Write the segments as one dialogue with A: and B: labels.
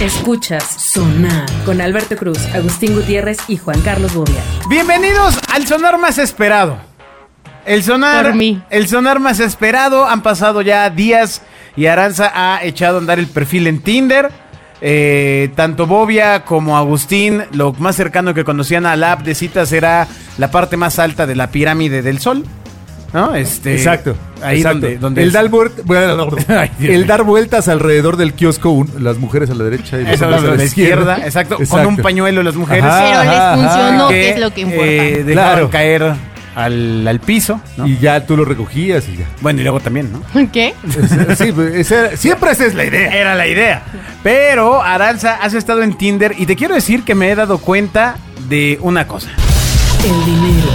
A: Escuchas Sonar con Alberto Cruz, Agustín Gutiérrez y Juan Carlos Bobia.
B: Bienvenidos al sonar más esperado. El sonar,
C: Por mí.
B: el sonar más esperado. Han pasado ya días y Aranza ha echado a andar el perfil en Tinder. Eh, tanto Bobia como Agustín, lo más cercano que conocían a la app de citas era la parte más alta de la pirámide del sol. ¿No? Este,
D: exacto.
B: Ahí
D: exacto.
B: donde, donde
D: el,
B: es-
D: dar vuelt- bueno,
B: Ay, Dios
D: el
B: mío.
D: dar vueltas alrededor del kiosco, un- las mujeres a la derecha y los
B: Eso,
D: hombres
B: a la izquierda, exacto, Con un pañuelo las mujeres.
D: Ajá.
C: Pero les funcionó,
B: que,
C: que es lo que importa.
B: eh, dejaban
D: Claro.
B: caer al, al piso, ¿no?
D: Y ya tú lo recogías y ya.
B: bueno, y luego también, ¿no?
C: ¿Qué?
D: Sí, pues, esa era- siempre esa es la idea.
B: Era la idea. Pero, Aranza, has estado en Tinder y te quiero decir que me he dado cuenta de una cosa.
A: El dinero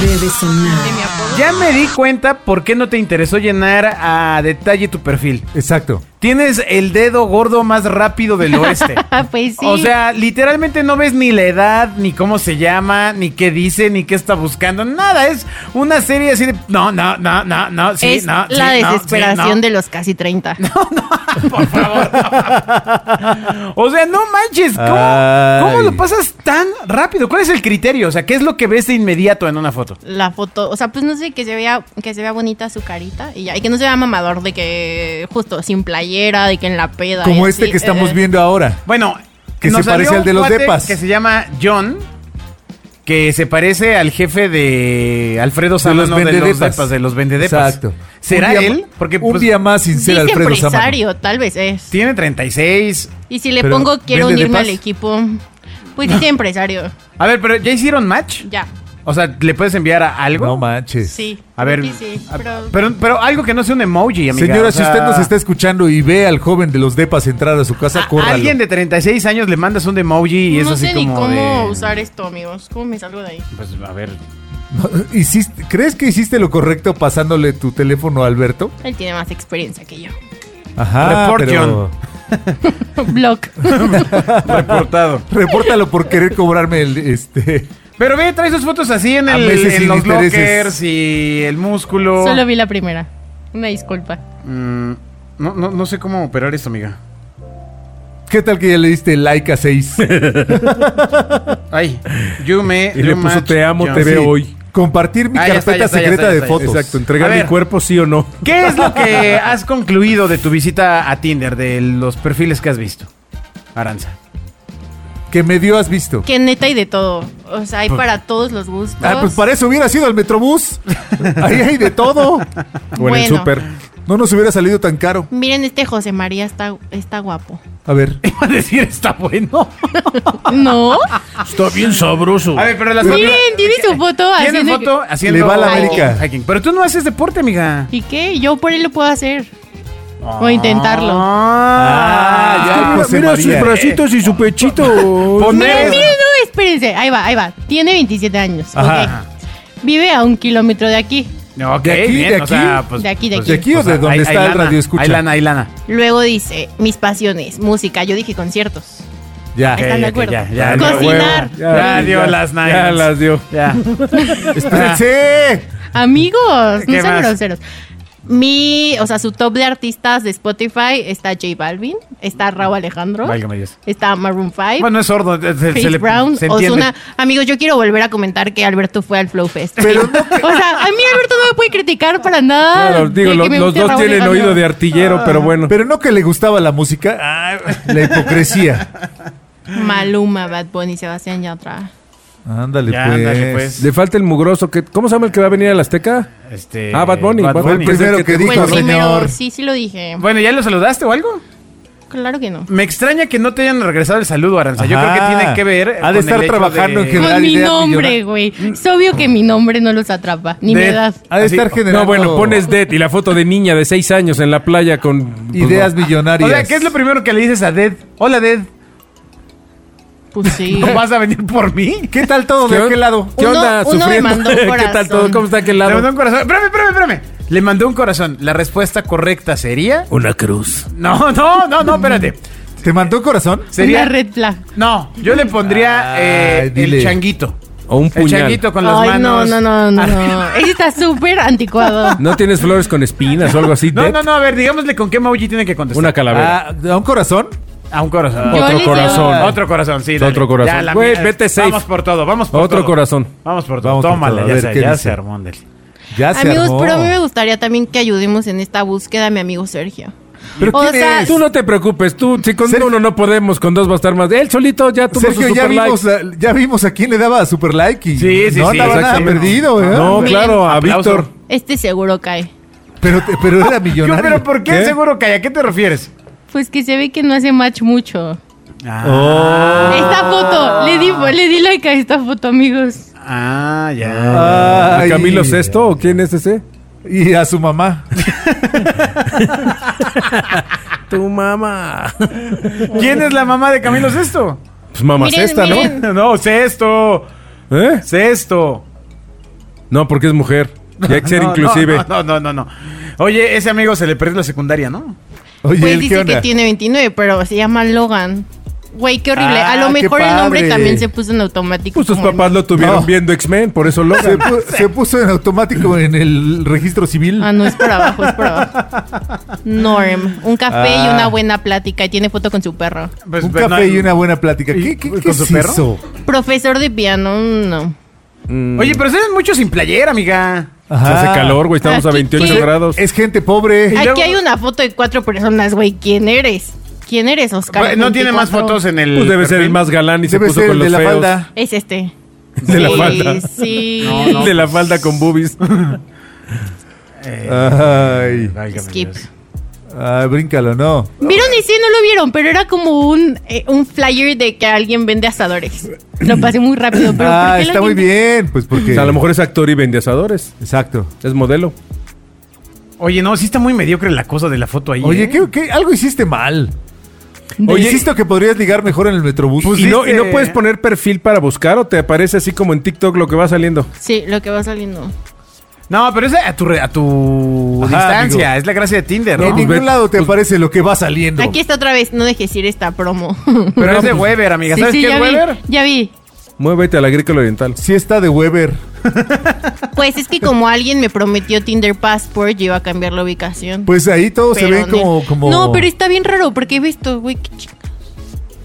A: debe
C: De mi
A: sonar.
C: apodo.
B: Ya me di cuenta por qué no te interesó llenar a detalle tu perfil.
D: Exacto.
B: Tienes el dedo gordo más rápido del oeste.
C: Ah, pues sí.
B: O sea, literalmente no ves ni la edad, ni cómo se llama, ni qué dice, ni qué está buscando, nada. Es una serie así de. No, no, no, no, no, sí,
C: es
B: no. sí,
C: la
B: no, sí,
C: desesperación
B: no.
C: de los casi 30.
B: Por favor. o sea, no manches. ¿cómo,
D: Ay.
B: cómo lo pasas tan rápido? ¿Cuál es el criterio? O sea, ¿qué es lo que ves de inmediato en una foto?
C: La foto, o sea, pues no sé, que se vea que se vea bonita su carita y ya, y que no se vea mamador de que justo sin playera, de que en la peda.
D: Como
C: y
D: este
C: así,
D: que estamos
C: eh,
D: viendo ahora.
B: Bueno,
D: Que
B: nos
D: se parece
B: salió
D: al de
B: un
D: los
B: cuate
D: depas.
B: Que se llama John. Que se parece al jefe de Alfredo
D: De los
B: Sámano de los
D: vendedepas.
B: depas, de los vendedepas.
D: Exacto.
B: ¿Será
D: Un día
B: él?
D: ma-
B: Porque
D: un
B: pues,
D: día más sin ser
C: Dice
D: Alfredo Sámano.
C: empresario, tal vez es.
B: tiene 36.
C: Y si le
D: Pero,
C: pongo quiero
D: ¿vende de
C: unirme
D: paz?
C: al equipo, pues dice empresario.
B: A ver, pero ¿ya hicieron match?
C: Ya,
B: O sea, ¿le puedes enviar a algo?
D: No manches.
C: sí.
B: A ver,
C: creo que sí,
B: a-
C: pero-
B: pero, pero algo que no sea un emoji, amiga.
D: Señora,
B: o
D: si usted
B: sea,
D: nos está escuchando y ve al joven de los depas entrar a su casa,
B: a-
D: córralo.
B: alguien de 36 años le mandas un emoji y es
C: no
B: así
C: sé ni
B: como
C: cómo
B: de-
C: usar esto, amigos. ¿Cómo me salgo de ahí?
B: Pues a ver.
D: ¿Hiciste- ¿Crees que hiciste lo correcto pasándole tu teléfono a Alberto?
C: Él tiene más experiencia que yo.
D: Ajá,
B: Report,
D: pero...
C: Blog.
B: Reportado.
D: Repórtalo por querer cobrarme el... Este...
B: Pero ve, trae sus fotos así en,
D: A
B: el,
D: meses
B: en
D: sin
B: los
D: intereses.
B: lockers y el músculo.
C: Solo vi la primera. Una disculpa.
B: Mm, no, no, no sé cómo operar esto, amiga.
D: ¿Qué tal que ya le diste like a 6?
B: Ay, you me.
E: Y le
B: you
E: puso,
B: match,
E: "Te amo,
B: John".
E: te veo". hoy.
D: Compartir mi
B: Ah, ya está,
D: carpeta
B: ya está, ya
D: secreta
B: está, ya
D: de
B: está, ya
D: fotos.
B: está.
E: Exacto,
B: A
E: entregar mi
B: ver.
E: cuerpo sí o no.
B: ¿Qué es lo que has concluido de tu visita a Tinder, de los perfiles que has visto? Aranza.
D: Que me dio has visto.
C: Que neta hay de todo. O sea, hay para todos los gustos.
D: Ah, pues para eso hubiera sido el Metrobús. Ahí hay de todo.
E: O en el
C: Bueno.
E: súper.
D: No nos hubiera salido tan caro.
C: Miren, este José María está, está guapo.
D: A ver.
B: Iba a decir, está bueno.
C: ¿No?
E: Está bien sabroso.
B: A ver, pero las
C: Miren, tiene su foto
B: Tiene
C: haciendo-
B: foto haciendo
D: Le va a la
B: hiking,
D: América.
B: hiking. Pero tú no haces deporte, amiga.
C: ¿Y qué? Yo por él lo puedo hacer. O
D: Ah.
C: intentarlo.
B: Ah,
D: ya,
B: mira,
D: José
B: mira,
D: María.
B: sus brazos.
E: bracitos y su pechito.
B: Poner-
C: Miren, miren, no, espérense. Ahí va, ahí va. Tiene 27 años.
D: Ajá.
C: Ok. Vive a un kilómetro de aquí.
B: Ok,
D: De aquí,
B: bien,
D: de
B: o
D: aquí.
B: sea, pues-
C: De aquí, de
B: pues-
C: aquí.
D: ¿De aquí o
B: pues,
D: de
B: hay-
D: donde
B: hay
D: está el
B: lana,
D: radio escucha?
B: Hay lana, hay lana.
C: Luego dice, mis pasiones, música. Yo dije conciertos.
D: Ya.
C: Están de
B: ok,
C: acuerdo.
B: ya, ya,
C: Cocinar.
E: ya,
B: Ya, dio las nines.
E: Ya las dio.
B: Ya.
D: ¡Espérense!
C: Amigos,
B: ¿Qué
C: no sean
B: más?
C: groseros. Mi, o sea, su top de artistas de Spotify está J Balvin, está Raúl Alejandro,
B: Válgame Dios.
C: está Maroon 5,
B: Bueno, es sordo. eh, Se, se
C: Chris
B: le-
C: Brown,
B: se entiende.
C: Ozuna. Amigos, yo quiero volver a comentar que Alberto fue al Flow Fest.
D: Pero
C: o sea, a mí Alberto no me puede criticar para
D: Ah,
C: nada.
E: Claro,
C: de
E: digo,
C: que
E: lo-
C: me
E: los
C: guste
E: dos
C: Raúl
E: tienen
C: Alejandro.
E: oído de artillero, pero bueno.
D: Pero no que le gustaba la música. Ah, la hipocresía.
C: Maluma, Bad Bunny, Sebastián Yatra.
D: Ándale,
B: Ya,
D: pues.
B: ándale, pues.
E: Le falta el mugroso. Que, ¿Cómo se llama el que va a venir al Azteca?
B: Este,
E: Ah, Bad Bunny. Bad
D: Fue pues, el
E: Bunny.
D: primero
E: Pensé
D: que,
E: que te
C: Fue
D: dijo,
C: el primero,
D: señor.
C: sí, sí lo dije.
B: Bueno, ¿ya lo saludaste o algo?
C: Claro que no.
B: Me extraña que no te hayan regresado el saludo, Aranza. Yo creo que
D: Ajá.
B: tiene que ver.
D: Ha de
B: con
D: estar
B: el hecho
D: trabajando en general.
C: Con mi
D: idea
C: nombre,
D: millonaria.
C: güey. Es obvio que mi nombre no los atrapa, ni
B: De-
C: mi edad.
D: Ha de
B: Así-
D: estar generando
E: No, bueno, pones Dead y la foto de niña de 6 años en la playa con... pues,
D: ideas
E: no.
B: O
D: millonarias.
B: sea, ¿qué es lo primero que le dices a Dead? Hola, Dead.
C: Pues sí.
B: ¿No vas a venir por mí?
D: ¿Qué tal todo?
E: ¿Qué
D: ¿De
E: on-
D: qué lado?
E: ¿Qué
C: Uno-
E: onda?
C: uno me
E: sufriendo?
C: mandó un
E: ¿Qué tal todo?
C: corazón.
E: ¿Cómo está aquel
B: Le mandó
E: lado?
B: un corazón. Espérame, espérame, espérame. Le mandó un corazón. La respuesta correcta sería.
E: Una cruz.
B: No, no, no, no, espérate.
D: ¿Te mandó un corazón?
B: Sería.
C: Una red flag.
B: No, yo le pondría
D: Ay,
B: eh, el
D: dile.
B: changuito.
E: O un
B: El
E: puñal.
B: changuito con las
C: Ay,
B: manos. Ah,
C: No, no, no,
D: Ah.
C: no. Ese está súper anticuado.
E: ¿No tienes flores con espinas o algo así?
B: No,
E: Dead?
B: no, no, a ver, digámosle con qué emoji tiene que contestar.
E: Ah, Una calavera.
D: Ah, ¿A un corazón?
B: A un corazón.
C: Yo
E: Otro
C: les
E: corazón.
C: digo-
B: Otro corazón, sí. dale.
E: Otro corazón.
B: la
E: Güey,
B: mierda.
E: vete seis.
B: Vamos por todo, vamos por
E: Otro
B: todo.
E: corazón.
B: Vamos por todo.
D: Vamos por
B: Tómale,
D: todo. A
B: ya,
D: ver,
B: se,
D: ¿qué
B: ya
D: dice?
B: se armó. ándale.
D: Ya se
C: Amigos,
D: armó.
C: pero a mí me gustaría también que ayudemos en esta búsqueda a mi amigo Sergio.
D: ¿Pero
C: o
D: quién
C: sea,
D: es?
E: Tú no te preocupes, tú, si con
D: Sergio-
E: uno no podemos, con dos va a estar más. Él solito ya tuvo
D: Sergio,
E: su
D: ya
E: super like.
D: vimos, a- ya vimos a quién le daba super like y
B: Sí, sí,
D: no
B: sí,
D: andaba nada
B: exactamente.
D: perdido, ¿eh? ¿verdad?
E: No,
C: Miren,
E: claro, a
B: aplauso.
E: Víctor.
C: Este seguro cae.
D: Pero, te- pero era
B: Yo,
D: millonario. ¿Eh?
B: pero ¿por qué, seguro que hay? ¿A qué te refieres?
C: Pues que se ve que no hace match mucho.
B: Ah,
C: Esta foto, le di, le di like a esta foto, amigos.
B: ah, ya.
E: ¿A
D: Ay.
E: Camilo Sesto o quién es ese?
D: Y a su mamá.
E: Tu mamá.
B: ¿Quién es la mamá de Camilo Sesto?
E: Pues mamá
C: Miren,
E: Sesta, ¿no?
C: miren.
B: No, Sesto.
E: ¿Eh?
B: Sesto.
E: No, porque es mujer. Y hay que ser
B: No, no,
E: inclusive.
B: No, no, no, no. Oye, ese amigo se le perdió la secundaria, ¿no?
D: Oye,
C: Pues
D: ¿él
C: dice
D: ¿qué onda?
C: que tiene 29, pero se llama Logan. Güey, qué horrible. a
D: Ah,
C: lo
D: qué
C: mejor el nombre
D: padre.
C: también se puso en automático.
E: Pues tus
C: como-
E: papás lo tuvieron
D: No.
E: viendo X-Men, por eso
D: Se,
E: Logan.
D: pu- se puso en automático en el registro civil.
C: Ah, no, es para abajo, es para abajo. Norm, un café y
D: Ah.
C: una buena plática. Y tiene foto con su perro.
B: Pues,
D: un
B: pues,
D: café
B: no-
D: y una buena plática. ¿Qué, qué,
B: ¿Con
D: qué
B: su
D: es
B: perro?
D: eso?
C: Profesor de piano, no.
B: Oye, pero ustedes mucho sin playera, amiga.
E: Se hace calor, güey, estamos a
C: Aquí,
E: 28
C: Ah, ¿qué?
E: grados.
D: Es gente pobre.
B: Ay, luego-
C: Aquí hay una foto de cuatro personas, güey. ¿Quién eres? ¿Quién eres, Oscar?
B: no tiene más
C: 24?
B: fotos en el.
E: Pues debe ser
B: perfil.
E: el más galán y se
D: Debe
E: puso
D: ser
E: con
D: el de la
E: los feos.
D: falda.
C: Es este.
E: De la
C: Sí,
E: falda.
C: Sí.
B: No, no.
E: De la
C: pues.
E: falda con boobies.
D: Ay,
B: Válgame
C: Skip.
B: Dios.
D: ay, Ah, bríncalo, no.
C: ¿Vieron ese? No lo vieron, pero era como un, eh, un flyer de que alguien vende asadores. Lo pasé muy rápido, pero ¿por
D: Ah,
C: qué la
D: está muy
C: gente-
D: bien. Pues porque.
E: O sea, a lo mejor es actor y vende asadores.
D: Exacto.
E: Es modelo.
B: Oye, no, sí está muy mediocre la cosa de la foto ahí.
D: Oye,
B: ¿eh?
D: ¿qué, qué- algo hiciste mal.
E: Oye-
D: insisto que podrías ligar mejor en el metrobús.
E: Pues, y, no,
B: dice-
E: y no puedes poner perfil para buscar o te aparece así como en TikTok lo que va saliendo.
C: Sí, lo que va saliendo.
B: No, pero es a tu, re- a tu
D: Ajá,
B: distancia.
D: amigo.
B: Es la gracia de Tinder,
D: en
B: ¿no?
D: ningún
E: Pues ve-
D: lado te
E: pues-
D: aparece lo que va saliendo.
C: Aquí está otra vez, no dejes ir esta promo.
B: Pero es de
E: pues-
B: Weber, amiga.
C: Sí,
B: ¿Sabes
C: sí,
B: qué
C: ya
B: es
C: vi,
B: Weber?
C: ya vi.
E: Muévete al agrícola oriental.
D: Sí está de Weber.
C: Pues es que como alguien me prometió Tinder Passport, yo iba a cambiar la ubicación.
D: Pues ahí todos se
C: Pero
D: ven
C: ni-
D: como, como.
C: No, pero está bien raro, porque he visto, güey, qué ch-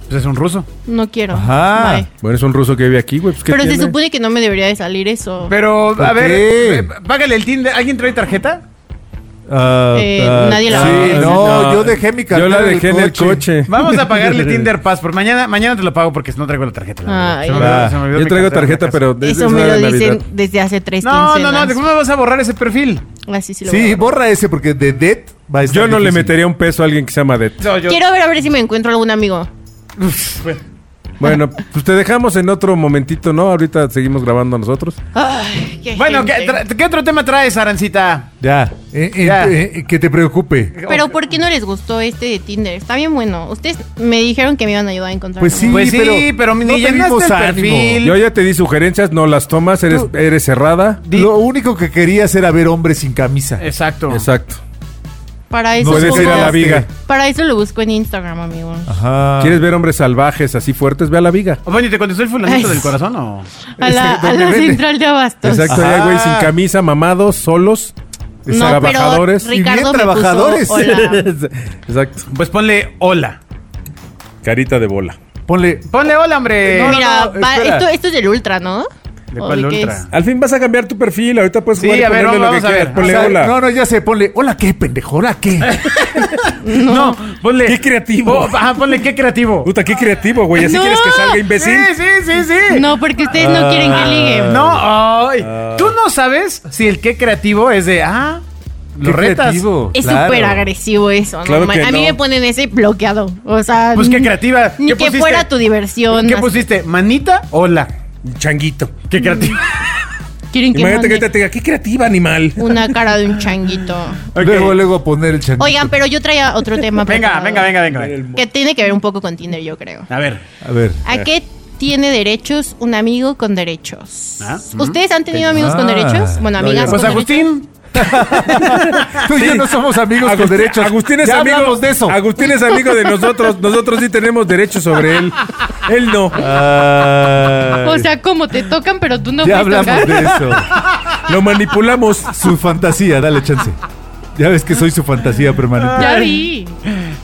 B: Pues es un ruso.
C: no quiero.
D: Ajá.
C: Bye.
E: Bueno, es un ruso que vive aquí, güey. pues, ¿qué
C: Pero se
E: tiene?
C: supone que no me debería de salir eso.
B: Pero, a
D: ¿Por
B: ver,
D: qué?
B: eh, págale el Tinder. ¿Alguien trae tarjeta?
D: Ah,
C: Eh,
D: ah,
C: nadie la
D: Sí,
C: va a-
D: no, yo dejé mi cartera
E: Yo la dejé en el coche.
B: Vamos a pagarle Tinder Passport. Mañana, mañana te lo pago porque no traigo la tarjeta. la verdad.
C: Ay.
B: Se me olvidó-
D: Ah,
B: se me olvidó
E: Yo
B: mi cartera
E: traigo
B: en la
E: tarjeta,
B: casa.
E: pero es-
C: eso
E: es
C: me
E: la
C: lo
E: de
C: dicen
E: Navidad.
C: desde hace tres
B: No, no, no.
C: quincenas.
B: ¿Cómo me vas a borrar ese perfil?
C: Así sí lo voy a
D: Sí, pues,
C: borrar.
D: borra ese porque de Dead va a estar.
E: Yo no le
D: difícil.
E: metería un peso a alguien que se llama Det.
B: No, yo-
C: Quiero ver a ver si me encuentro algún amigo.
E: Bueno, pues te dejamos en otro momentito, ¿no? Ahorita seguimos grabando nosotros.
C: Ay, qué
B: Bueno, ¿qué,
C: gente.
B: tra- qué otro tema traes, Arancita?
D: Ya, eh, eh,
B: Ya.
D: eh, que te preocupe.
C: Pero ¿por qué no les gustó este de Tinder? Está bien bueno. Ustedes me dijeron que me iban a ayudar a encontrar.
D: Pues sí,
B: Pues sí,
D: pero,
B: pero ni
D: no
B: llenaste
D: tenemos
B: el
D: ánimo.
B: perfil.
E: Yo ya te di sugerencias, no las tomas, eres,
D: Tú-
E: eres cerrada.
B: Di-
D: Lo único que querías era ver hombres sin camisa.
B: Exacto.
E: Exacto.
C: Para eso,
E: Puedes
C: busco-
E: ir a la viga.
C: para eso lo busco en Instagram, amigos.
D: Ajá.
E: ¿Quieres ver hombres salvajes así fuertes? Ve a la viga.
B: Bueno, ¿y te contestó el fulanito
C: Ay.
B: del corazón o...?
C: A
B: Este,
C: la,
D: Exacto,
C: a la
D: ¿dónde vende?
C: central de abastos.
E: Exacto,
D: Ajá.
E: hay güey sin camisa, mamados, solos,
C: No,
E: trabajadores.
C: pero Ricardo
D: Y bien
C: me
D: trabajadores.
C: puso hola.
E: Exacto.
B: Pues ponle hola.
E: Carita de bola.
D: Ponle.
B: Ponle hola, hombre.
D: No, no,
C: Eh, Mira,
D: no,
C: va-
D: espera.
C: esto, esto es del Ultra, ¿no?
B: ¿De
C: ¿O
B: cuál
C: qué
B: Ultra?
C: es?
E: Al fin vas a cambiar tu perfil, ahorita puedes
B: Sí,
E: jugar y
B: a ver,
E: ponerle
B: vamos-
E: lo
B: vamos
E: que
B: a
E: quieras.
B: ver.
E: Ponle
D: o sea,
E: hola.
D: No, no, ya sé, ponle. Hola, qué pendejo, hola, qué.
B: No, ponle.
E: Qué creativo.
B: Oh, ajá, ponle qué creativo.
E: Puta, qué creativo, güey. ¿Así
C: No.
E: quieres que salga
B: Sí,
E: imbécil?
B: sí, sí, sí.
C: No, porque ustedes no quieren que
B: Ah,
C: ligue.
B: No, ay. Tú no sabes si el qué creativo es de, ah, lo
D: Qué
B: retas.
D: creativo,
C: Es
D: claro.
C: súper agresivo eso. ¿no?
E: Claro
C: Ma-
E: que
C: a mí
E: no.
C: me ponen ese bloqueado. O sea,
B: Pues qué
C: ni-
B: creativa.
C: Ni
B: ¿Qué
C: que
B: pusiste?
C: fuera tu diversión.
B: ¿Qué
C: así.
B: pusiste? ¿Manita? Hola.
E: Changuito.
B: Qué creativo.
C: Quieren que
E: Imagínate que
C: mande
E: ahorita te diga, qué creativa, animal.
C: una cara de un changuito.
D: Luego, luego poner el changuito.
C: Oigan, pero yo traía otro tema.
B: Venga,
C: preparado,
B: venga, venga, venga, venga.
C: Que tiene que ver un poco con Tinder, yo creo.
B: A ver.
D: A ver.
C: ¿A
B: Eh.
C: qué tiene derechos un amigo con derechos?
B: Ah,
C: ¿Ustedes han tenido amigos con
D: Ah.
C: derechos? Bueno,
D: No,
C: amigas
D: ya
B: Pues
C: con derechos.
B: Agustín.
D: Tú y yo no somos amigos
E: Agustín-
D: con derechos.
E: Agustín es
D: ya
E: amigo.
D: hablamos de eso.
E: Agustín es amigo de nosotros. Nosotros sí tenemos derecho sobre él. Él no.
D: Ah, Ay,
B: eh.
C: O sea, como te tocan, pero tú no
D: ya
C: puedes
D: hablamos
C: tocar.
D: de eso.
E: Lo manipulamos.
D: Su fantasía, dale chance. Ya ves que soy su fantasía permanente.
C: Ya vi.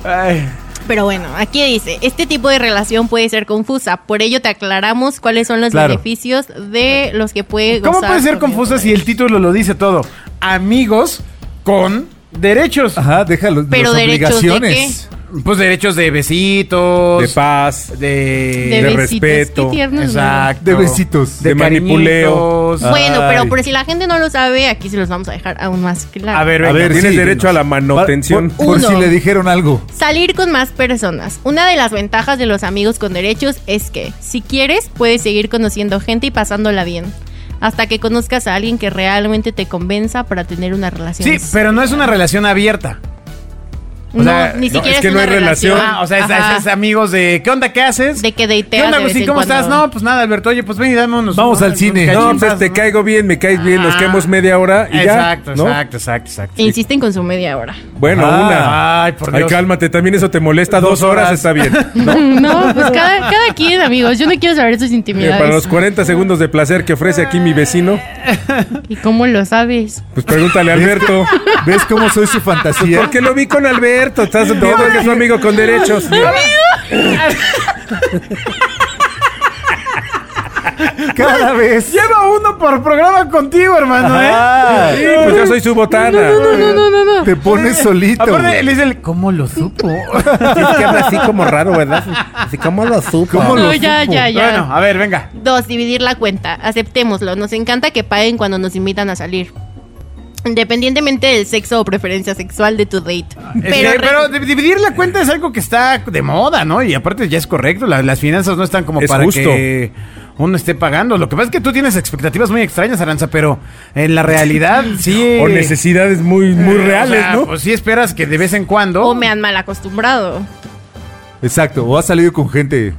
B: Ay.
C: Pero bueno, aquí dice, este tipo de relación puede ser confusa, por ello te aclaramos cuáles son los
D: Claro.
C: beneficios de los que puede
B: ¿Cómo
C: Eh, gozar
B: puede ser
C: tu
B: confusa si
C: relación?
B: el título lo dice todo? Amigos con derechos.
D: Ajá, déjalo.
C: Pero
D: las
C: ¿derechos de
D: obligaciones.
B: Pues derechos de besitos.
E: De paz,
C: de,
B: eh, de,
E: de
C: besitos, qué
E: respeto.
C: tiernos,
B: Exacto.
D: De besitos.
B: De,
E: De manipuleo. Ah.
B: cariñitos.
C: ¿no? Bueno, pero
D: Ay.
C: por si la gente no lo sabe, aquí se los vamos a dejar aún más claro.
B: A ver,
D: A
B: venga.
D: ver,
E: Tienes
D: sí,
E: derecho a la manutención.
D: Por, por
C: Uno.
D: si le dijeron algo.
C: Salir con más personas. Una de las ventajas de los amigos con derechos es que, si quieres, puedes seguir conociendo gente y pasándola bien. Hasta que conozcas a alguien que realmente te convenza para tener una relación.
B: Sí, pero no es una relación abierta. o
C: No,
B: sea,
C: ni
B: no,
C: siquiera
E: es
C: es,
E: que no
C: una
E: hay relación.
B: Ah, o sea, es,
C: Ajá.
B: es- es amigos de ¿qué onda? ¿Qué haces?
C: De que
B: ¿Qué
C: deiteas
B: onda,
C: de vez
B: Agustín?
C: en
B: ¿Cómo estás?
C: cuando.
B: No, pues nada, Alberto. Oye, pues ven y dámonos.
D: Vamos
B: ¿no?
D: al
B: unos
D: cine.
E: No,
B: cachimbas,
E: pues te
B: ¿no?
E: caigo bien, me caes bien, nos
B: Ah.
E: caemos media hora y
B: Exacto,
E: ya. ¿no?
B: exacto, exacto, exacto.
C: Insisten con su media hora.
E: Bueno,
D: Ah.
E: una.
B: Ay, por
E: Ay,
B: Dios.
E: cálmate, también eso te molesta. Dos,
B: Dos
E: horas.
B: horas.
E: está bien.
C: No, pues cada, cada quien, amigos. Yo no quiero saber sus
E: Eh,
C: intimidades.
E: para los 40 segundos de placer que ofrece aquí mi vecino,
C: ¿Y cómo lo sabes?
E: pues pregúntale a Alberto.
D: ¿Ves cómo soy su fantasía?
E: ¿Por qué lo vi con Alberto? Estás viendo que es un amigo con derechos.
D: Cada vez.
B: Lleva uno por programa contigo, hermano, ¿eh?
D: Ah,
E: Sí, pues yo soy su botana.
C: No, no, no, no.
D: Te pones solito.
B: Aparte,
D: güey.
B: le dice el, ¿cómo lo supo?
E: Es que habla así como raro, ¿verdad? Así como lo supo.
D: ¿Cómo lo
C: No, ya,
D: supo?
C: ya, ya.
B: Bueno, a ver, venga.
C: Dos, dividir la cuenta. Aceptémoslo. Nos encanta que paguen cuando nos invitan a salir. Independientemente del sexo o preferencia sexual de tu date.
B: Es que- Este, Pero, di- dividir la cuenta es algo que está de moda, ¿no? Y aparte ya es correcto, la- las finanzas no están como
E: Es
B: para
E: justo.
B: que uno esté pagando. Lo que pasa es que tú tienes expectativas muy extrañas, Aranza, pero en la realidad sí...
E: O necesidades muy, muy
B: o sea,
E: reales, ¿no?
B: Pues sí esperas que de vez en cuando...
C: O me han mal acostumbrado.
D: Exacto. O has salido con gente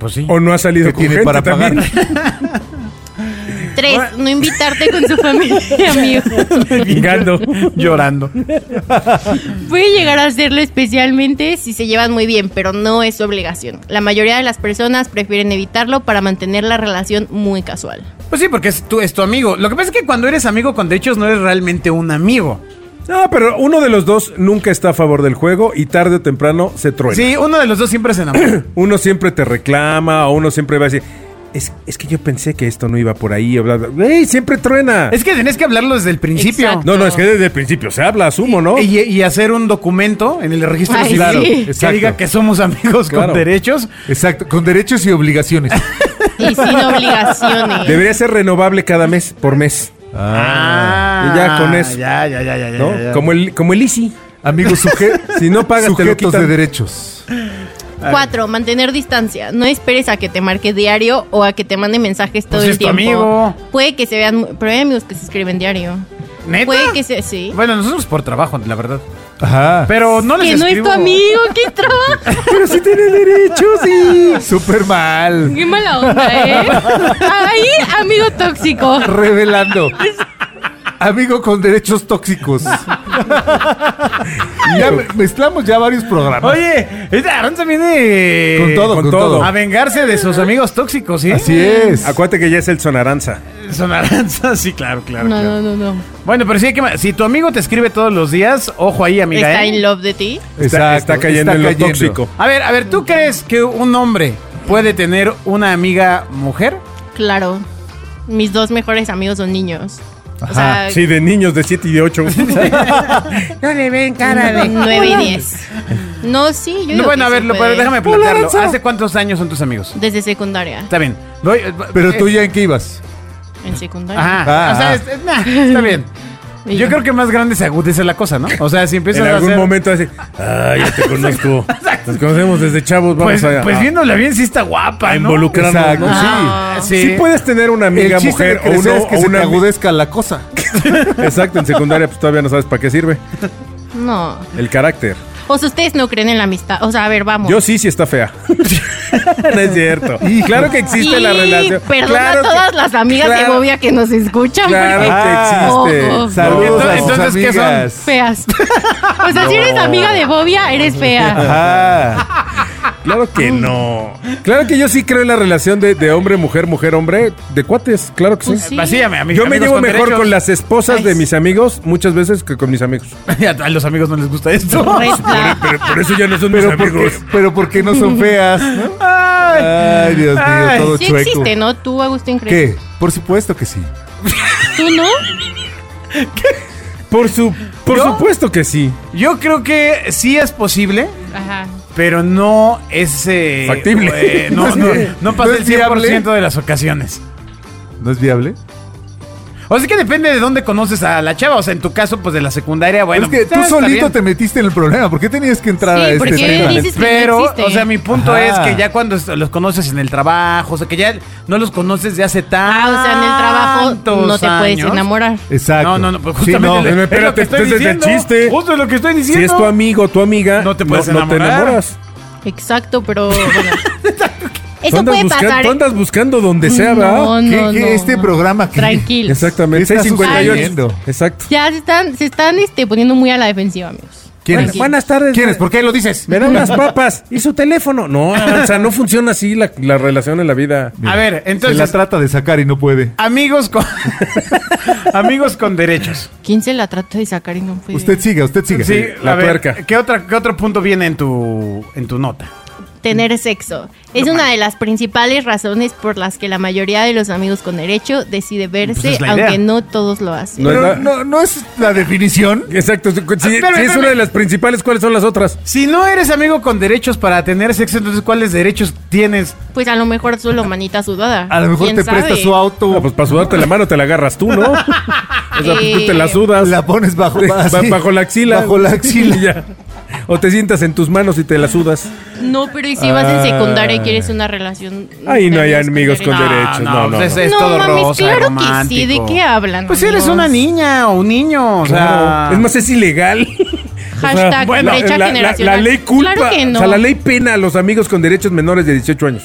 B: Pues sí.
E: O no ha salido
D: que
E: con
D: tiene
E: gente
D: para pagar.
E: también.
C: Tres, no invitarte con su familia, amigos.
E: Chingando.
B: Llorando.
C: Puede llegar a hacerlo especialmente si se llevan muy bien, pero no es su obligación. La mayoría de las personas prefieren evitarlo para mantener la relación muy casual.
B: Pues sí, porque es tu, es tu amigo. Lo que pasa es que cuando eres amigo con derechos no eres realmente un amigo.
E: No, pero uno de los dos nunca está a favor del juego y tarde o temprano se truena.
B: Sí, uno de los dos siempre se enamora.
E: Uno siempre te reclama o uno siempre va a decir, es, es que yo pensé que esto no iba por ahí o bla, bla. ¡Ey, siempre truena!
B: es que tenés que hablarlo desde el principio.
C: Exacto.
E: No, no, es que desde el principio se habla, asumo, ¿no?
B: Y, y hacer un documento en el registro
C: Ay,
B: civil
C: sí.
B: que
D: Exacto.
B: diga que somos amigos
E: Claro.
B: con derechos.
D: Exacto, con derechos y obligaciones.
C: Y sin obligaciones.
E: Debería ser renovable cada mes, por mes, Ah. y ya con eso.
B: Ah. Ya, ya, ya, ya, ya,
E: ¿no?
B: ya, ya.
E: Como el como el ICI.
D: Amigos, suje-
E: Si no pagas, te lo
D: sujetos
E: quitan.
D: de derechos.
C: Cuatro, mantener distancia. No esperes a que te marque diario o a que te mande mensajes todo
B: Pues
C: el
B: es tu
C: tiempo.
B: amigo.
C: Puede que se vean, pero hay amigos que se escriben diario.
B: ¿Neta?
C: Puede que se, sí.
B: Bueno, nosotros por trabajo, la verdad.
D: Ajá.
B: Pero no les
C: que no es tu
B: escribo-
C: amigo, qué trabajo,
D: Pero sí tiene derechos, sí. Súper mal.
C: qué mala onda, ¿eh? Ahí, amigo tóxico.
D: Revelando. Amigo con derechos tóxicos. ya me- mezclamos ya varios programas.
B: Oye, esta Aranza viene
D: Con todo,
E: con
D: con,
E: todo.
D: todo.
B: a vengarse de sus amigos tóxicos, ¿sí?
D: Así es.
E: Acuérdate que ya es el sonaranza.
B: Son Aranza, sí, claro, claro.
C: No,
B: claro.
C: no, no, no.
B: Bueno, pero sí hay que... ma- Si tu amigo te escribe todos los días, ojo ahí, amiga,
C: Está
B: ¿eh?
C: in love de ti.
E: Está, está cayendo en lo
D: cayendo.
E: tóxico.
B: A ver, a ver, ¿tú crees que un hombre puede tener una amiga mujer?
C: Claro. Mis dos mejores amigos son niños. O sea,
E: Sí, de niños de 7 y de 8.
B: No le ven
C: nueve y diez. No, sí, yo digo
B: bueno,
C: que
B: a
C: se
B: ver, lo-
C: puede.
B: pero déjame plantearlo. ¿Hace cuántos años son tus amigos?
C: Desde secundaria.
B: Está bien. Voy- eh,
D: Pero
B: eh,
D: tú ya en qué ibas.
C: En secundaria.
B: Ajá.
D: Ah,
B: o sea,
D: ah.
B: es- es- nah, está bien.
C: Y
B: Yo creo que más grande se agudiza la cosa, ¿no? O sea, si empiezas
E: en
B: a
E: algún
B: hacer-
E: momento así, ah, ya te conozco. Nos conocemos desde chavos, vamos
B: Pues,
E: a,
B: pues
E: a-
B: viéndola bien, sí está guapa,
E: a
B: ¿no?
E: involucrarnos.
D: Exacto,
E: ¿no?
B: Ah,
E: Sí.
B: sí.
E: Sí puedes tener una amiga
D: El chiste de
E: mujer o,
D: crecer
E: uno-
D: es que
E: o
D: se te
E: una ami-
D: agudezca la cosa.
E: Exacto, en secundaria pues todavía no sabes para qué sirve
C: No.
E: el carácter.
C: O sea, ustedes no creen en la amistad. O sea, a ver, vamos.
E: Yo sí, sí está fea. no es cierto. Y claro que existe la
C: Y
E: relación.
C: Perdona
E: claro
C: a
E: que-
C: todas las amigas de
E: claro-
C: Bobia que nos escuchan.
E: Claro
C: porque-
E: que existe.
C: Ojo.
D: Saludos
E: No.
D: a sus
B: Entonces, ¿qué son?
D: amigas. Ah,
C: Feas. O sea, si eres amiga de Bobia, eres fea.
D: Ajá.
E: Claro que no. Claro que yo sí creo en la relación de, de hombre, mujer, mujer, hombre, de cuates, claro que sí.
C: Pues sí.
B: Vacíame a mis
E: Yo me
B: amigos
E: llevo mejor
B: derechos.
E: con las esposas
C: Ay,
E: de
C: sí.
E: mis amigos muchas veces que con mis amigos.
B: a los amigos no les gusta esto.
C: Red flag.
E: Pero por eso ya no son mis
D: Pero porque,
E: amigos.
D: pero porque no son feas, ¿no?
B: Ay.
D: Ay, Dios mío,
B: Ay.
D: todo
C: Sí
D: chueco.
C: existe, ¿no? Tú, Agustín, crees.
D: ¿Qué? Por supuesto que sí.
C: ¿Tú no?
E: Por su, por
B: ¿Yo?
E: supuesto que sí.
B: Yo creo que sí es posible,
C: Ajá.
B: pero no es... eh,
E: Factible.
B: eh, no, no, no pasa
D: ¿No
B: el
D: es viable?
B: 100% de las ocasiones.
D: ¿No es viable?
B: O sea que depende de dónde conoces a la chava. O sea, en tu caso, pues de la secundaria, bueno.
D: es que
B: está-
D: tú
B: está
D: solito
B: bien.
D: te metiste en el problema. ¿Por qué tenías que entrar
C: Sí,
D: a
C: ¿por
D: este
C: qué
D: tema?
C: dices- que no
B: Pero,
C: existe.
B: o sea, mi punto
D: Ajá.
B: es que ya cuando est- los conoces en el trabajo, o sea, que ya no los conoces de hace
C: Ah,
B: tanto.
C: o sea, en el trabajo no te puedes enamorar.
D: Exacto.
B: No, no, no, pues
D: Sí,
B: justamente.
D: no.
B: le-
E: no,
B: es lo que estoy
E: espérate, entonces es de
B: diciendo,
E: chiste.
B: Justo es lo que estoy diciendo.
E: Si es tu amigo o tu amiga,
B: No te puedes enamorar.
E: enamoras.
C: Exacto, pero bueno.
E: Tú
C: Eso
E: andas
C: puede
E: buscando-
C: pasar. ¿eh?
E: tú andas buscando donde sea, ¿verdad?
C: No,
D: ¿Qué-
C: no,
D: qué-
C: no,
D: este
C: no.
D: programa que.
C: Tranquillos.
E: Exactamente.
D: ¿Qué está
E: 658.
D: sucediendo?
E: Exacto.
C: Ya se están, se están este, poniendo muy a la defensiva, amigos.
D: ¿Quiénes?
C: Tranquilos.
E: tardes.
D: ¿Quiénes? ¿Por qué lo dices?
E: Me da unas papas. ¿Y su teléfono? No, o sea, no funciona así la, la relación en la vida.
B: A ver,
D: Se la
B: entonces,
D: trata de sacar y no puede.
B: amigos con. amigos con derechos.
C: ¿Quién se la trata de sacar y no puede?
D: Usted siga, usted siga.
B: Sí,
E: la
B: a ver,
E: tuerca.
B: ¿qué, otra, ¿Qué otro punto viene en tu, en tu nota?
C: Tener sexo. Es una de las principales razones por las que la mayoría de los amigos con derecho decide verse,
B: Pues es la idea.
C: aunque no todos lo hacen.
E: No es la-
D: Pero no, no es la definición.
E: Exacto. Si, si- si
B: espérame,
E: es
B: espérame.
E: una de las principales, ¿cuáles son las otras?
B: Si no eres amigo con derechos para tener sexo, entonces ¿cuáles derechos tienes?
C: Pues a lo mejor solo manita sudada.
D: A lo mejor
C: ¿Quién
D: te
C: sabe?
D: presta su auto,
E: Ah, pues para sudarte la mano te la agarras tú, ¿no? O sea, pues, tú te la sudas.
D: la pones bajo,
E: Ba-
D: así,
E: bajo la axila.
D: Bajo la axila.
E: Y ya. O te sientas en tus manos y te la sudas.
C: No, pero ¿y si vas en secundaria y
E: Ah.
C: quieres una relación?
E: Ahí no hay
C: de
E: amigos con
C: derecho?
E: derechos. No, no,
B: pues,
E: no.
B: Es, es
C: No,
B: todo
C: mames,
B: rosa,
C: claro que
B: romántico.
C: sí, ¿de qué hablan,
B: Pues eres
C: amigos?
B: una niña o un niño, o sea...
E: Claro. Es más, es ilegal.
C: Hashtag
E: Bueno,
C: brecha
E: la,
C: generacional.
E: la ley culpa.
C: Claro que no.
E: O sea, la ley pena a los amigos con derechos menores de 18 años.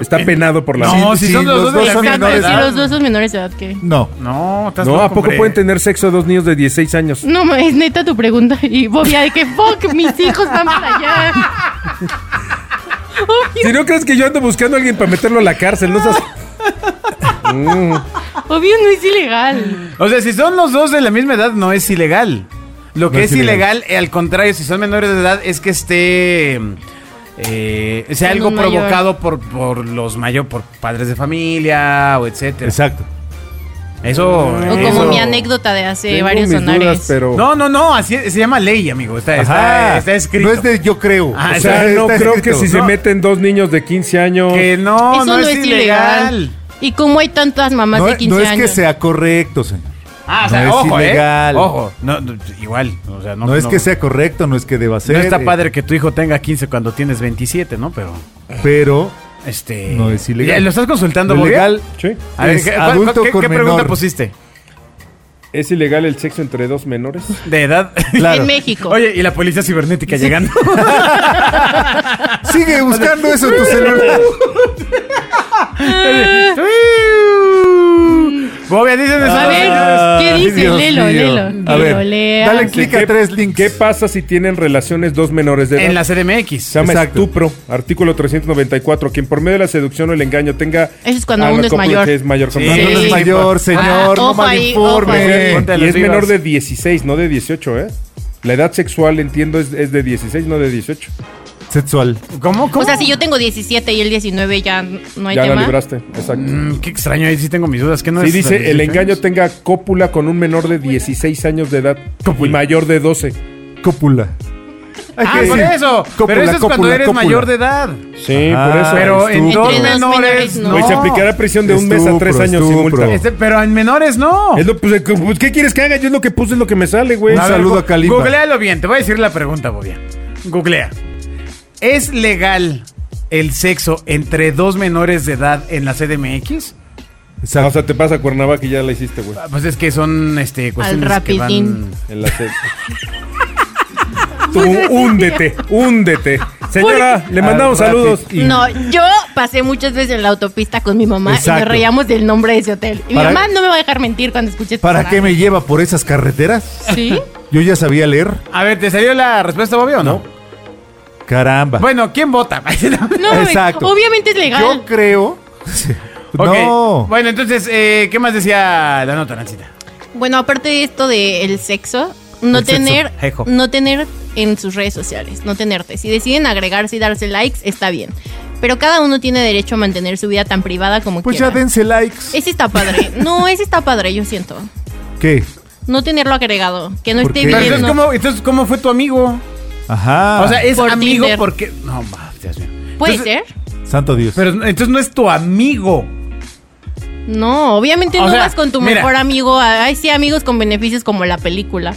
E: Está penado por la
B: No,
E: ley.
B: si son los dos de la
D: son
B: misma
C: Exacto,
D: menores.
C: si
B: edad.
C: Pues los dos son menores de edad, ¿qué?
D: No.
B: No, estás
E: No,
B: loco,
E: ¿a poco
B: hombre.
E: pueden tener sexo dos niños de 16 años?
C: No, ma, es neta tu pregunta. Y Bobia, de que fuck, mis hijos van para allá.
E: Si no crees que yo ando buscando a alguien para meterlo a la cárcel, no seas...
C: Obvio no es ilegal.
B: O sea, si son los dos de la misma edad, no es ilegal. Lo que
D: No
B: es,
D: es
B: ilegal, eh, al contrario, si son menores de edad, es que esté... eh, sea
C: Con
B: algo
C: un mayor.
B: provocado por, por los mayores, por padres de familia o etcétera.
D: Exacto.
B: Eso...
C: O
E: Eso.
C: como mi anécdota de hace
E: Tengo
C: varios
E: mis
C: sonares.
E: dudas, pero...
B: No, no, no, así es- se llama ley, amigo. Está,
D: Ajá.
B: está, está escrito.
D: No es de yo creo.
B: Ah,
E: o sea,
D: está
E: no creo que
D: escrito.
E: si se
B: No.
E: meten dos niños de 15 años...
B: Que no,
C: Eso
B: no, es, ilegal.
C: ¿Y cómo hay tantas mamás
D: No,
C: de 15
D: no es
C: años?
D: que sea correcto, señor.
B: Ah, o sea,
D: No es
B: ojo,
D: ilegal.
B: ¿eh? Ojo. No, no, igual. O sea, no, pues
D: No, es que
B: no-
D: sea correcto, no es que deba ser.
B: No está
D: eh,
B: padre que tu hijo tenga 15 cuando tienes 27, ¿no? Pero,
D: Pero
B: este...
D: No es ilegal.
B: ¿Ya ¿Lo estás consultando,
D: lo
B: Bobia?
D: legal
E: Sí.
B: A ver,
D: es
B: ¿qué, cuál-
D: adulto
B: qué-
D: con
B: qué pregunta
D: menor.
B: pusiste?
E: ¿Es ilegal el sexo entre dos menores?
B: De edad.
D: Claro.
C: En México.
B: Oye, y la policía cibernética llegando.
D: Sigue buscando eso en tu celular.
B: Bobia,
D: Ah,
B: dicen eso.
C: a ver, ¿qué
D: Ay,
C: dice?
D: Dios
C: Lelo,
D: mío.
C: lelo.
D: A
C: Que
D: ver,
C: lo leas.
D: dale clic a
E: ¿Qué-
D: tres links.
E: ¿Qué pasa si tienen relaciones dos menores de edad?
B: En la
E: Se
B: CDMX.
E: llama
D: Exacto.
E: estupro, artículo 394. Quien por medio de la seducción o el engaño tenga.
C: Eso es cuando
E: a la
C: uno es
E: cópula
C: mayor.
E: que es mayor con-
B: Sí.
D: No, no, no
B: Sí.
D: es mayor, señor.
C: Ah,
D: no
C: ojo ahí, ojo
D: malinforme.
C: ahí.
B: Ponte a
E: Y
B: las
E: es
B: vivas.
E: menor de 16, no de 18, ¿eh? La edad sexual, entiendo, es, es de 16, no de 18.
D: Sexual.
B: ¿Cómo? ¿Cómo?
C: O sea, si yo tengo 17 y el 19 ya no hay
E: ya la
C: tema.
E: libraste, exacto.
B: Mm, qué extraño, ahí sí tengo mis dudas. ¿Qué no
E: Sí,
B: es
E: dice, el
B: 18
E: engaño
B: años?
E: tenga cópula con un menor de 16 años de edad y
B: Cópula.
E: mayor de 12.
D: Cópula. Hay
B: Ah,
D: que
B: por
D: decir,
B: eso.
D: cópula,
B: pero eso es cuando
D: cópula,
B: eres
D: cópula.
B: mayor de edad.
E: Sí,
D: Ajá.
E: por eso.
B: Ah, Pero en
D: estupro.
B: dos
C: Entre dos
B: menores
C: menores,
B: no.
C: no.
E: Y se aplicará prisión de un mes a
D: Estupro,
E: tres años sin
D: estupro.
E: multa.
B: Este, pero en menores no.
E: Es lo- pues, pues, ¿Qué quieres que haga? Yo es lo que puse, es lo que me sale, güey.
D: Un
B: A ver,
D: saludo
B: gu-
D: a Kalimba.
B: Googlealo bien, te voy a decir la pregunta, Bobia. Googlea. ¿Es legal el sexo entre dos menores de edad en la CDMX?
D: Exacto.
E: Ah, O sea, te pasa a Cuernavaca y ya la hiciste, güey.
B: Ah, Pues es que son este, cuestiones que van...
C: rapidín.
E: En la sed.
C: Pues
E: Tú, húndete, húndete. Señora, le mandamos
D: Al
E: saludos.
D: ratito.
C: No, yo pasé muchas veces en la autopista con mi mamá y
D: Exacto.
C: nos reíamos del nombre de ese hotel. Y mi
D: ¿Para-
C: mamá no me va a dejar mentir cuando escuche este
D: ¿Para qué
C: programa.
D: me lleva por esas carreteras?
C: ¿Sí?
D: Yo ya sabía leer.
B: A ver, ¿te salió la respuesta, Bobia, o no?
D: Caramba.
B: Bueno, ¿quién vota?
C: No,
D: Exacto.
C: obviamente es legal.
D: Yo creo.
B: Ok,
D: No.
B: Bueno, entonces, eh, ¿qué más decía la nota, Nancita?
C: Bueno, aparte de esto del sexo, no
B: El sexo,
C: tener
B: jejo.
C: no tener en sus redes sociales, no tenerte. Si deciden agregarse y darse likes, está bien. Pero cada uno tiene derecho a mantener su vida tan privada como
D: Pues ya
C: quiera.
D: dense likes.
C: Ese está padre. No, ese está padre, yo siento.
D: ¿Qué?
C: No tenerlo agregado, que no
D: ¿Por
C: esté
D: qué?
B: Pero
D: Pero
B: entonces,
C: viendo.
B: ¿cómo, entonces, ¿cómo fue tu amigo?
D: Ajá.
B: o sea, es
C: Ah, Por
B: amigo
C: Tinder.
B: porque. No, ma, Dios mío.
C: ¿Puede
D: pues,
B: Entonces-
C: ser?
D: Santo Dios.
B: Pero entonces no es tu amigo.
C: No, obviamente
B: O
C: no
B: sea,
C: vas con tu
B: mira.
C: mejor amigo. a- Ay, sí, amigos con beneficios como la película.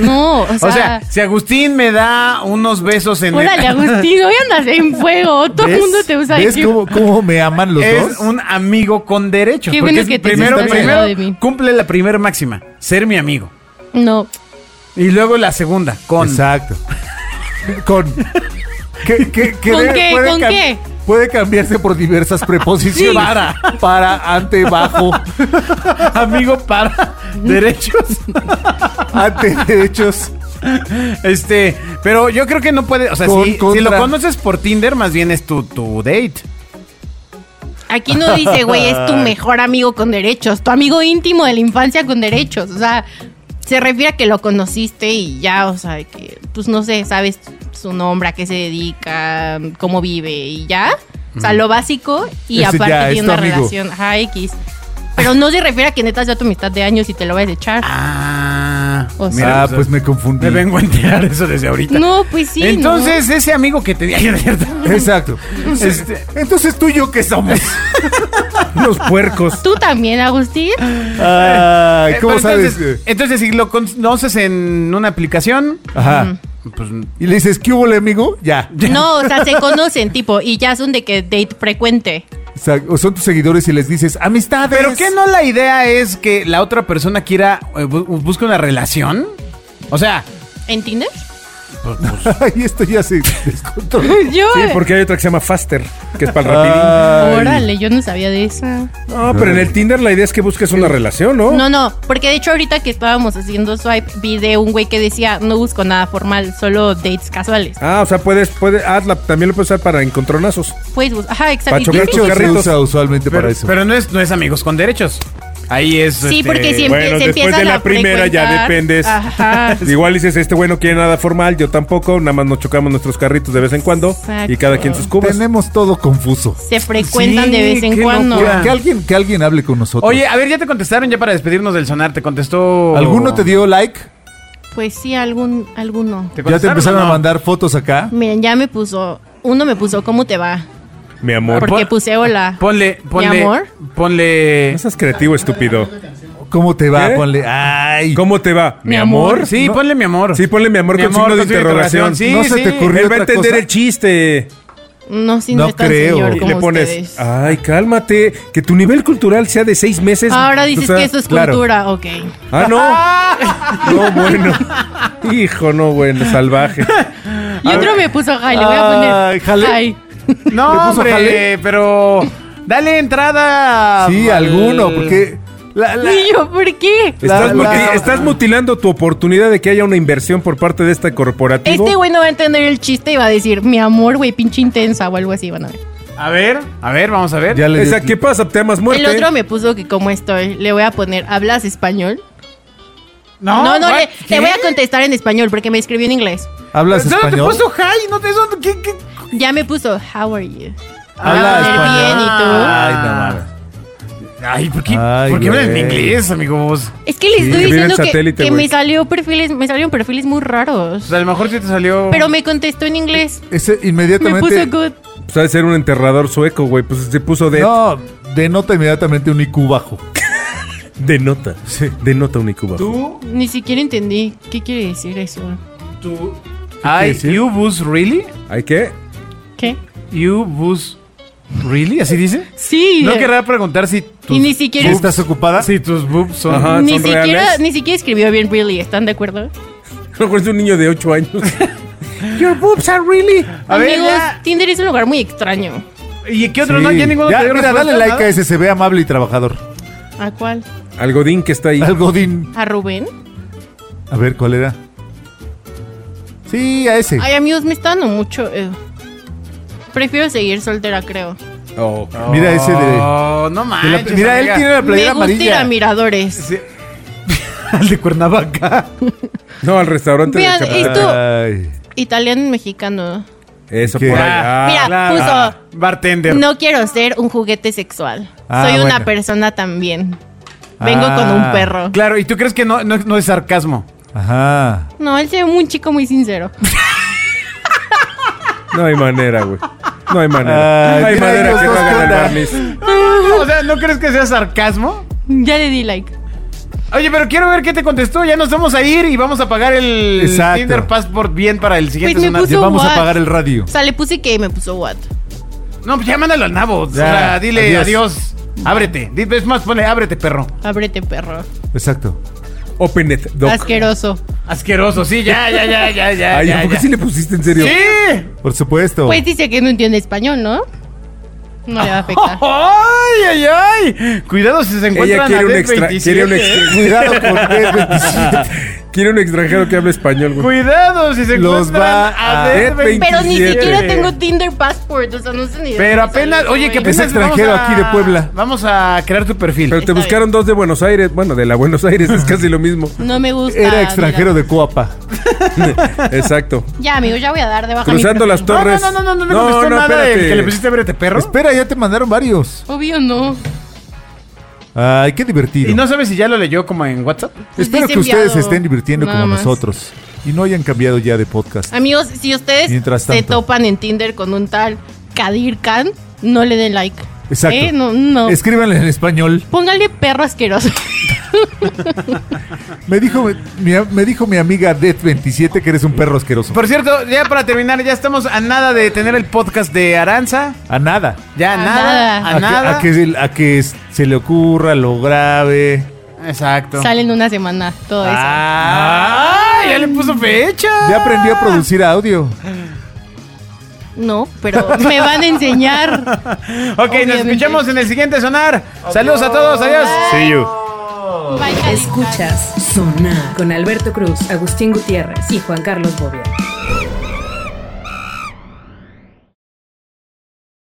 C: No, o sea.
B: O sea, si Agustín me da unos besos en el-
C: Órale, Agustín, hoy andas en fuego. Todo el
D: ¿Ves?
C: mundo te usa de
D: ¿Ves
C: que-
D: cómo, cómo me aman los
B: es
D: dos?
B: un amigo con derechos.
C: Qué
B: porque
C: bueno
B: es
C: que te
B: primero,
D: sientas
B: primero
C: al lado de mí.
B: cumple la primera máxima, ser mi amigo.
C: No.
B: Y luego la segunda, con.
D: Exacto. Con. ¿Qué, qué, qué
C: ¿Con
D: de-
C: qué?
D: puede
C: ¿Con
D: cam-
C: qué?
D: Puede cambiarse por diversas preposiciones.
B: Sí. Para.
D: Para, ante, bajo,
B: Amigo para derechos.
D: ante, derechos.
B: Ah, Este, pero yo creo que no puede, o sea,
D: Con-
B: si, si
D: contra.
B: lo conoces por Tinder, más bien es tu, tu date.
C: Aquí no dice, güey, es tu mejor amigo con derechos. Tu amigo íntimo de la infancia con derechos. O sea, se refiere a que lo conociste y ya, o sea, que, pues no sé, sabes su nombre, a qué se dedica, cómo vive y ya. O sea, lo básico y
D: Ese
C: aparte
D: Este ya es
C: tiene
D: tu
C: una
D: amigo.
C: relación. Ajá, X. Pero no se refiere a que neta sea tu amistad de años y te lo vayas a echar.
B: Ah,
C: O sea-
B: mira,
D: ah, pues me confundí.
B: me vengo a enterar eso desde ahorita.
C: No, pues sí. ¿no?
B: Entonces, ese amigo que te di ayer, ¿cierto?
D: Exacto. Entonces,
B: Este-
D: entonces tú y yo qué somos.
E: Los puercos.
C: Tú también, Agustín.
D: Ay,
B: Eh,
D: ¿cómo
B: pero
D: sabes?
B: Entonces, entonces, si lo conoces en una aplicación,
C: eh, mm.
D: Ajá.
B: pues
D: Y le dices, ¿qué hubo, amigo? Ya.
C: No, o sea, se conocen, tipo, y ya son de que date frecuente.
D: O sea, o son tus seguidores y les dices, amistades.
B: ¿Pero qué no la idea es que la otra persona quiera, eh, bu- busque una relación? O sea,
C: ¿Entiendes?
D: Ay, esto ya se descontroló.
C: Yo.
E: Sí, porque hay otra que se llama Faster, que es para el rapidín.
D: Ay.
C: Órale, yo no sabía de esa.
E: No, pero en el Tinder la idea es que busques una relación, ¿no?
C: No, no, porque de hecho ahorita que estábamos haciendo swipe vi de un güey que decía no busco nada formal, solo dates casuales.
E: Ah, o sea, puedes, puedes, hazla, también lo puedes usar para encontronazos.
C: Puedes buscar, Pues, ajá,
E: Pa'
C: exacto. ¿Y
E: chocar
D: De
C: qué
D: hecho,
E: tus
C: dices?
D: se
E: carritos.
D: usa usualmente
B: pero,
D: para eso.
B: pero no es no es amigos con derechos. Ahí es
C: Sí,
B: este,
C: porque si empie-
E: bueno,
C: se
E: después
C: empiezan
E: de la
C: a
E: primera ya
C: frecuentar-
E: dependes.
C: Ajá.
E: Igual dices, este güey no quiere nada formal, yo tampoco, nada más nos chocamos nuestros carritos de vez en cuando
C: Exacto.
E: y cada quien sus cubas.
D: Tenemos todo confuso.
C: Se frecuentan
B: Sí,
C: de vez en
B: qué
C: cuando.
B: locura.
D: Que alguien, que alguien hable con nosotros.
B: Ah. Oye, a ver, ya te contestaron ya para despedirnos del sonar, te contestó
D: ¿alguno te dio like?
C: Pues sí, algún, alguno.
D: Ya te
B: contestaron
D: empezaron
B: o no?
D: a mandar fotos acá.
C: Miren, ya me puso, uno me puso, ¿cómo te va?
E: Mi amor.
C: Porque puse hola.
B: Ponle, ponle,
C: ¿Mi amor?
B: ponle
E: No seas creativo, estúpido.
D: ¿Cómo te va?
B: ¿Eh?
E: ¿Qué?
D: Ponle. Ay.
E: ¿Cómo te va?
C: Mi amor.
B: Sí,
E: No.
B: ponle mi amor.
E: Sí, ponle mi amor con signo de interrogación.
B: Sí,
D: No
B: sí.
D: se te ocurrió.
E: Él va a
D: otra
E: entender
D: cosa?
E: el chiste.
C: No, si
D: No
C: no, es tan
D: creo.
E: Y
C: señor como
E: le pones, ah,
C: ustedes.
E: ay, cálmate, que tu nivel cultural sea de seis meses.
C: Ahora dices
E: O sea,
C: que eso es
D: claro.
C: cultura, ok.
E: Ah, no. no, bueno. Hijo, no, bueno, salvaje.
C: Y otro me puso, ay, le voy a poner.
D: Ay, jale.
C: Ay.
D: ¿Le
B: No,
D: puso
B: hombre,
D: jale?
B: pero dale entrada.
D: Sí,
B: al-
D: alguno, porque. la- la-
C: Y yo, ¿por qué?
D: La-
E: Estás,
D: la-
E: muti- estás mutilando tu oportunidad de que haya una inversión por parte de este corporativo.
C: Este güey no va a entender el chiste y va a decir, mi amor, güey, pinche intensa o algo así, van a ver.
B: A ver, a ver, vamos a ver.
D: ya le
E: Esa, ¿qué pasa? ¿Te amas muerte?
C: El otro me puso que como estoy, le voy a poner, ¿hablas español?
B: No,
C: No, no,
B: what?
C: le,
B: ¿Qué?
C: le voy a contestar en español porque me escribió en inglés.
D: ¿Hablas
B: Solo te
D: español?
B: puso hi, no te eso, ¿qué, qué?
C: Ya me puso, how are you?
D: Habla
C: Ah,
D: español.
C: bien, ¿y tú?
D: Ay, no
B: Ah.
D: mames.
B: Ay, ¿por qué,
D: Ay,
B: ¿por qué hablan en
D: güey.
B: inglés, amigos?
C: Es que les
E: Sí,
C: estoy
E: que vive el
C: diciendo que,
E: satélite,
C: que
E: güey.
C: me salió perfiles, me salieron perfiles muy
B: O
C: raros.
B: sea, a lo mejor sí te salió.
C: Pero me contestó en inglés.
D: Ese
C: Me puso
D: inmediatamente.
C: good.
E: Pues ha de ser un enterrador sueco, güey. Pues se puso de,
D: No, denota inmediatamente un IQ bajo.
E: de nota. De nota un IQ bajo.
B: ¿Tú?
C: Ni siquiera entendí. ¿Qué quiere decir eso?
B: ¿Tú? Ay,
E: decir?
B: ¿you boost really?
E: ¿Hay qué?
C: ¿Qué?
B: ¿You boost really? ¿Así dice?
C: Sí.
B: No querrá preguntar si tus
C: y ni siquiera
B: boobs-
D: ¿Estás ocupada?
B: Si tus boobs son.
E: Ajá.
C: ni
E: ¿son
C: siquiera,
E: reales?
C: ni siquiera escribió bien really, ¿están de acuerdo?
E: No, güey, es un niño de 8 años.
B: Your boobs are really. A ver,
C: Amigos,
B: ya.
C: Tinder es un lugar muy extraño.
B: ¿Y qué otro?
D: Sí.
B: No, ya ninguno
D: Ya,
B: te dio
D: mira,
B: respuesta,
D: dale like
B: nada?
D: a ese, se ve amable y trabajador.
C: ¿A cuál?
E: Al Godín que está ahí.
D: Al Godín.
C: ¿A Rubén?
D: A ver, ¿cuál era? Sí, a ese.
C: Ay, amigos, me está dando mucho. eh. Prefiero seguir soltera, creo.
D: Oh, Mira ese de.
B: Oh, no
D: de la-
B: manches.
D: mira, él
B: amiga.
D: tiene la playera
C: me gusta ir a
D: amarilla.
C: miradores.
B: Al de Cuernavaca.
E: No, al restaurante
C: Vean,
E: de
C: esto-
D: Ay.
C: Italiano y mexicano.
E: Eso
D: ¿Qué?
E: por allá.
C: Ah, Mira,
B: Ah, claro.
C: puso.
B: Bartender.
C: No quiero ser un juguete sexual.
D: Ah,
C: Soy una
D: bueno.
C: persona también. Vengo
D: Ah,
C: con un perro.
B: Claro, ¿y tú crees que no, no- no es sarcasmo?
D: Ajá.
C: No, él se ve un chico muy sincero.
E: No hay manera, güey. No hay manera.
D: Ay,
E: no hay
D: mira,
E: manera
D: ellos
E: que no
D: dos
E: hagan el
D: con la-
E: Barlis.
C: Ah.
B: O sea, ¿no crees que sea sarcasmo?
C: Ya le di like.
B: Oye, pero quiero ver qué te contestó. Ya nos vamos a ir y vamos a pagar el
D: Exacto.
B: Tinder Passport bien para el siguiente
C: Pues me
B: sonar.
C: puso-
D: Vamos a
C: what?
D: apagar el radio.
C: O sea, le puse que me puso what.
B: No, pues ya mándalo al nabo. O
D: Ya,
B: sea, dile adiós.
D: adiós.
B: Ábrete. Di- Es más, ponle ábrete, perro.
C: Ábrete, perro.
D: Exacto.
E: Open it, doc.
C: Asqueroso.
B: Asqueroso, sí, ya, ya, ya, ya, ya.
E: Ay,
B: ya,
E: ¿por qué
B: ya.
E: sí le pusiste en serio?
B: ¡Sí!
D: Por supuesto.
C: Pues dice que no entiende español, ¿no? No le va a afectar.
B: ¡Ay, ay, ay! Cuidado si se encuentran
E: Ella quiere
B: a
E: un,
B: Dead
E: extra,
B: 27,
E: quiere, un
B: ¿eh?
E: extra-
D: Cuidado con
C: Ah,
D: D27.
E: quiere un extranjero que hable español, güey.
B: Cuidado si se
D: Los
B: encuentran
D: va
B: a
D: a
B: Dead
E: Dead
B: 27.
C: Pero ni
E: 27.
C: siquiera tengo Tinder Passport, o sea, no sé ni de
B: Pero
C: dónde
B: apenas,
C: salió,
B: oye, que
C: güey.
B: apenas
D: Es extranjero
B: vamos a-
D: aquí de Puebla.
B: Vamos a crear tu perfil.
E: Pero te
C: Está bien.
E: buscaron dos de Buenos Aires. Bueno, de la Buenos Aires es casi lo mismo.
C: No me gusta.
D: Era extranjero
C: mira.
D: de Coapa.
E: Exacto.
C: Ya, amigo, ya voy a dar de baja. mi
E: Cruzando las
B: no,
C: perfil.
B: no,
E: torres.
B: no, no, no, no, me gustó nada del
E: espérate.
B: que le pusiste ábrete, este perro.
D: Espera, ya te mandaron varios.
C: Obvio no.
D: Ay, qué divertido.
B: Y no sabes si ya lo leyó como en WhatsApp.
C: Pues
D: Espero que
C: desenviado.
D: ustedes se estén divirtiendo
C: Nada
D: como
C: más.
D: nosotros y no hayan cambiado ya de podcast.
C: Amigos, si ustedes
D: Mientras
C: se
D: tanto.
C: topan en Tinder con un tal Kadir Khan, no le den like.
D: Exacto.
C: ¿Eh? No, no.
D: Escríbanle en español.
C: Póngale perro asqueroso.
D: Me dijo mi, me dijo mi amiga Det27 que eres un perro asqueroso.
B: Por cierto, ya para terminar, ya estamos a nada de tener el podcast de Aranza.
D: A nada.
B: Ya a
C: A
B: nada,
C: nada.
B: a
D: que-
B: nada.
D: a Que, se- a que se le ocurra, lo grave.
B: Exacto.
C: Salen una semana, todo eso.
B: Ah, ya le puso fecha.
D: Ya aprendí a producir audio.
C: No, pero me van a enseñar.
B: Ok, nos
C: Obviamente.
B: escuchamos en el siguiente sonar. Saludos a todos, adiós.
D: See you.
C: Bye, Kadir Khan.
A: Escuchas Sonar con Alberto Cruz, Agustín Gutiérrez y Juan Carlos Bobia.